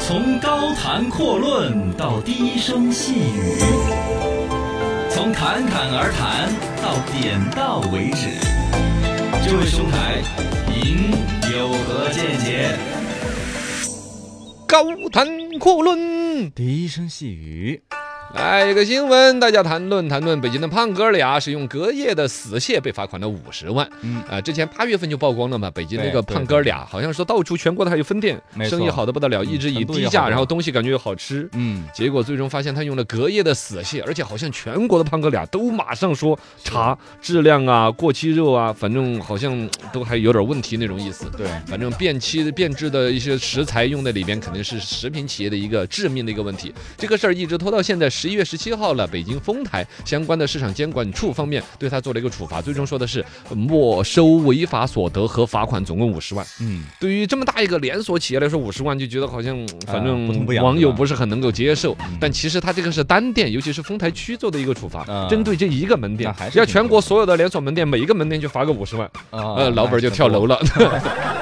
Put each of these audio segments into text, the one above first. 从高谈阔论到低声细语，从侃侃而谈到点到为止。这位兄台，您有何见解？高谈阔论，低声细语，来一个新闻，大家谈论谈论。北京的胖哥俩使用隔夜的死蟹被罚款了五十万。嗯呃，之前八月份就曝光了嘛，北京那对个对胖哥俩好像说到处全国的还有分店没，错生意好的不得了，一直以程度低也好价，的然后东西感觉又好吃。嗯，结果最终发现他用了隔夜的死蟹，而且好像全国的胖哥俩都马上说查质量啊、过期肉啊，反正好像都还有点问题那种意思。对，反正变期变质的一些食材用在里边，肯定是食品企业的一个致命的一个问题。这个事儿一直拖到现在十一月十七号了，北京丰台相关的市场监管处方面对他做了一个处罚，最终说的是呃没收违法所得和罚款，总共五十万。嗯，对于这么大一个连锁企业来说，五十万就觉得好像反正哎不痛不痒网是友吧不是很能够接受嗯，但其实它这个是单店，尤其是丰台区做的一个处罚啊，针对这一个门店那还，是要挺全多国所有的连锁门店每一个门店就罚个五十万，呃呃，老板就跳楼了。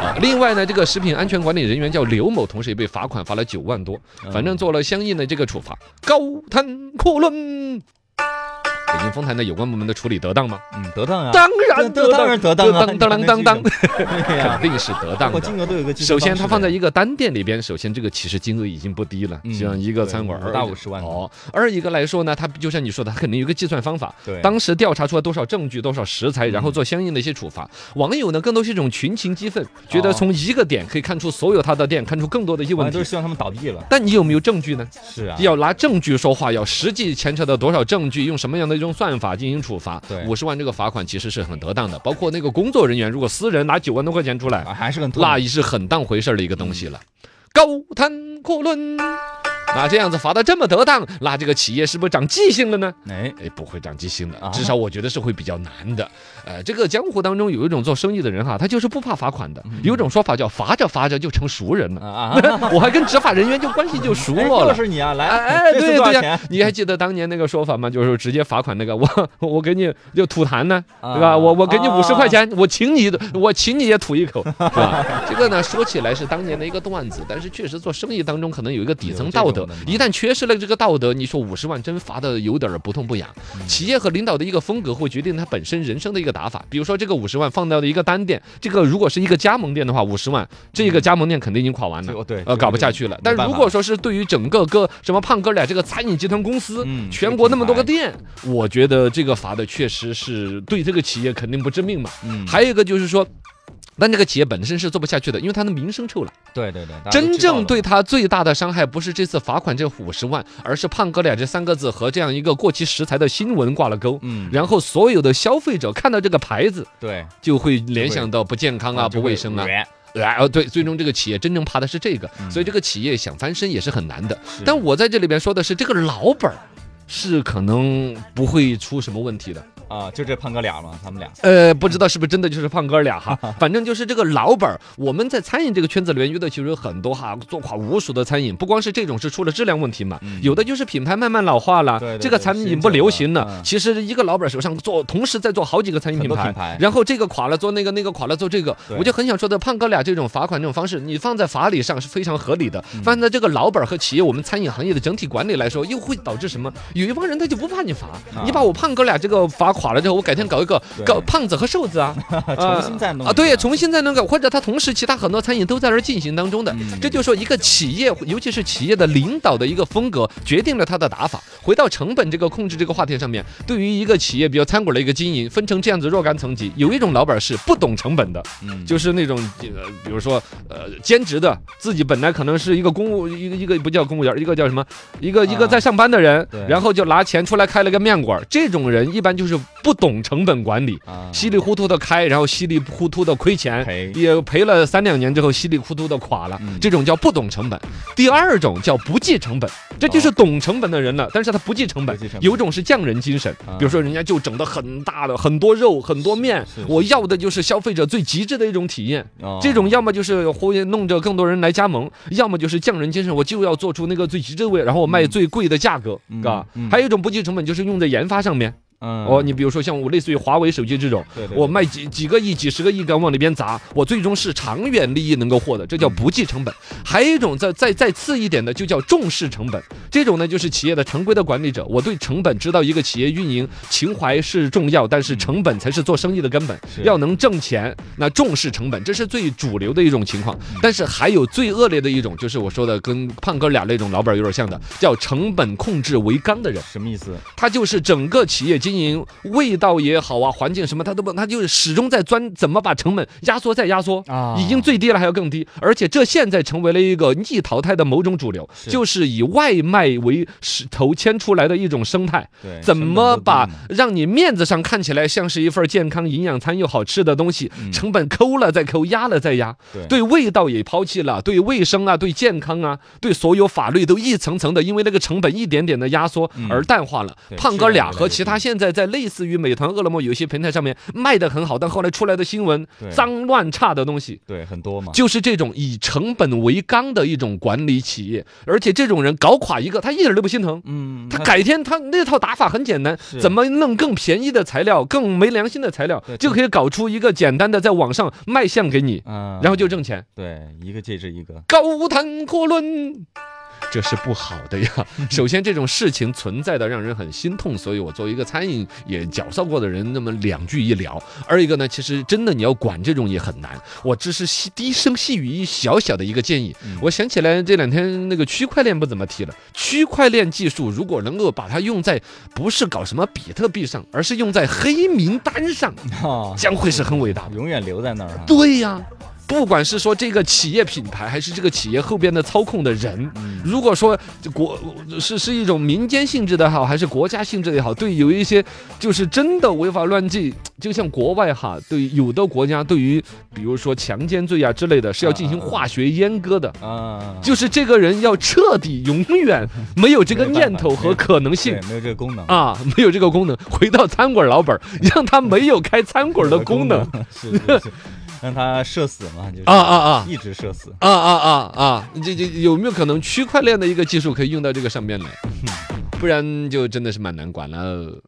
啊另外呢，这个食品安全管理人员叫刘某，同时也被罚款，罚了九万多，反正做了相应的这个处罚。高谈阔论，北京丰台呢有关部门的处理得当吗？嗯，得当啊，当这然这得当当，然得当啊，当当当当当，对 肯呀，定是得当我的。金额都有个计算首先，它方放式的在一个单店里边，首先这个其实金额已经不低了，嗯像一个餐馆对五大五十万哦。二一个来说呢，它就像你说的，它肯定有一个计算方法。对当时调查出了多少证据、多少食材，然后做相应的一些处罚。嗯网友呢，更多是一种群情激愤，觉得从一个点可以看出所有他的店，看出更多的一些我问哦都题是。希望他们倒闭了，但你有没有证据呢？是啊，要拿证据说话，要实际牵扯到多少证据，用什么样的一种算法进行处罚对。五十万这个罚款其实是很得当的，包括那个工作人员，如果私人拿九万多块钱出来，啊还是很痛那也是很当回事儿的一个东西了。高谈阔论，那这样子罚的这么得当，那这个企业是不是长记性了呢？哎，哎，不会长记性的啊，至少我觉得是会比较难的。呃，这个江湖当中有一种做生意的人哈，他就是不怕罚款嗯的。有一种说法叫罚着罚着就成熟人了， 啊啊，我还跟执法人员就关系就熟哎络又了。是你啊，来，哎哎， 这次对多对少呀钱？，啊你还记得当年那个说法吗？就是直接罚款那个，我 我给你就吐痰呢，啊对吧？我我给你啊五十块钱，我请你，我请你也吐一 口，是吧？这个呢，说起来是当年的一个段子，但是确实做生意当中可能有一个底层道有德这种，的吗一旦缺失了这个道德，你说五十万真罚的有点儿不痛不痒。嗯企业和领导的一个风格会决定他本身人生的一个打法，比如说这个五十万放到的一个单店，这个如果是一个加盟店的话，五十万这个加盟店肯定已经垮完了嗯这。个对，呃，搞不下去了。但如果说是对于整个哥什么胖哥俩这个餐饮集团公司，嗯全国那么多个店，我觉得这个罚的确实是对这个企业肯定不致命嘛。嗯，还有一个就是说。但这个企业本身是做不下去的，因为他的名声臭了。对对对，大家都真啊知道正了对他最大的伤害，不是这次罚款这五十万，而是“胖哥俩”这三个字和这样一个过期食材的新闻挂了钩。嗯然后所有的消费者看到这个牌子，对就会联想到不健康啊、就不会卫生啊。软哎哦，对，最终这个企业真正怕的是这个，所以这个企业想翻身也是很难的。但我在这里边说的是，这个老板儿是可能不会出什么问题的。啊，就这胖哥俩嘛，他们俩呃，不知道是不是真的就是胖哥俩哈，反正就是这个老板儿，我们在餐饮这个圈子里面遇到其实有很多哈，做垮无数的餐饮，不光是这种是出了质量问题嘛，有的就是品牌慢慢老化了，嗯对对这个对产时品间不久流了行了。嗯其实一个老板手上做，同时在做好几个餐饮很品多牌，品牌然后这个垮了做那个，那个垮了做这个，对我就很想说的，胖哥俩这种罚款这种方式，你放在法理上是非常合理的，嗯放在这个老板和企业我们餐饮行业的整体管理来说，又会导致什么？有一帮人他就不怕你罚，啊你把我胖哥俩这个罚垮了之后，我改天搞一个对搞胖子和瘦 子啊，重新再弄啊，一遍对，重新再弄个，或者他同时其他很多餐饮都在这儿进行当中的，嗯这就是说一个企业，尤其是企业的领导的一个风格，决定了他的打法。回到成本这个控制这个话题上面，对于一个企业，比如餐馆的一个经营，分成这样子若干层级，有一种老板是不懂成本的，嗯就是那种呃，比如说呃，兼职的，自己本来可能是一个公务，一个一个不叫公务员，一个叫什么，一个一个啊在上班的人对，然后就拿钱出来开了个面馆儿，这种人一般就是不懂成本管理。啊稀里糊涂的开，然后稀里糊涂的亏钱，赔也赔了三两年之后稀里糊涂的垮了，嗯哦这种叫不懂成本。第二种叫不计成本，这就是懂成本的人了，但是他不计成本不计成，本有种是匠人精神，啊比如说人家就整的很大的很多肉很多面是，我要的就是消费者最极致的一种体验。哦这种要么就是忽悠弄着更多人来加盟，要么就是匠人精神，我就要做出那个最极致的味，然后我卖最贵的价格，嗯啊嗯，还有一种不计成本就是用在研发上面。嗯，哦，你比如说像我类似于华为手机这种，对对我卖几几个亿、几十个亿敢往里边砸，我最终是长远利益能够获得，这嗯叫不计成本。还有一种再再再次一点的，就叫重视成本。这种呢，就是企业的常规的管理者，我对成本知道一个企业运营情怀是重要，但是成本才是做生意的根本是，要能挣钱，那重视成本，这是最主流的一种情况。但是还有最恶劣的一种，就是我说的跟胖哥俩那种老板有点像的，叫成本控制为纲的人。什么意思？他就是整个企业经营味道也好啊，环境什么他都不，他就是始终在钻怎么把成本压缩再压缩啊已经最低了还要更低，而且这现在成为了一个逆淘汰的某种主流，是就是以外卖为是头牵出来的一种生态。对，怎么把哎成本都低嘛让你面子上看起来像是一份健康营养餐又好吃的东西，嗯成本抠了再抠，压了再压，对对味道也抛弃了，对卫生啊，对健康啊，对所有法律都一层层的，因为那个成本一点点的压缩而淡化了。嗯对胖哥俩和其他是现在在类似于美团、饿了么有一些平台上面卖的很好，但后来出来的新闻对啊脏乱差的东西，对很多嘛？就是这种以成本为纲的一种管理企业，而且这种人搞垮一个，他一点都不心疼。嗯，他改天他那套打法很简单，是怎么弄更便宜的材料、更没良心的材料对，就可以搞出一个简单的在网上卖相给你，嗯，然后就挣钱。对一个接着一个，高谈阔论。这是不好的呀！首先，这种事情存在的让人很心痛，所以我作为一个餐饮也搅骚过的人，那么两句一聊。二一个呢，其实真的你要管这种也很难，我只是细低声细语一小小的一个建议。我想起来这两天那个区块链不怎么提了，区块链技术如果能够把它用在不是搞什么比特币上，而是用在黑名单上，啊，将会是很伟大的。永远留在那儿啊。对呀、不管是说这个企业品牌，还是这个企业后边的操控的人，嗯如果说国是是一种民间性质的好，还是国家性质的也好，对有一些就是真的违法乱纪，就像国外哈，对有的国家对于比如说强奸罪啊之类的，是要进行啊啊啊化学阉割的。啊，就是这个人要彻底永远没有这个没办法念头和可能性对，没有这个功能，啊， 没有这个功能。回到餐馆老板儿，让他没有开餐馆的功能 是是 是，让他社死嘛，就是啊啊啊！一直社死。啊啊啊啊！这这有没有可能区块链的一个技术可以用到这个上面来？不然就真的是蛮难管了。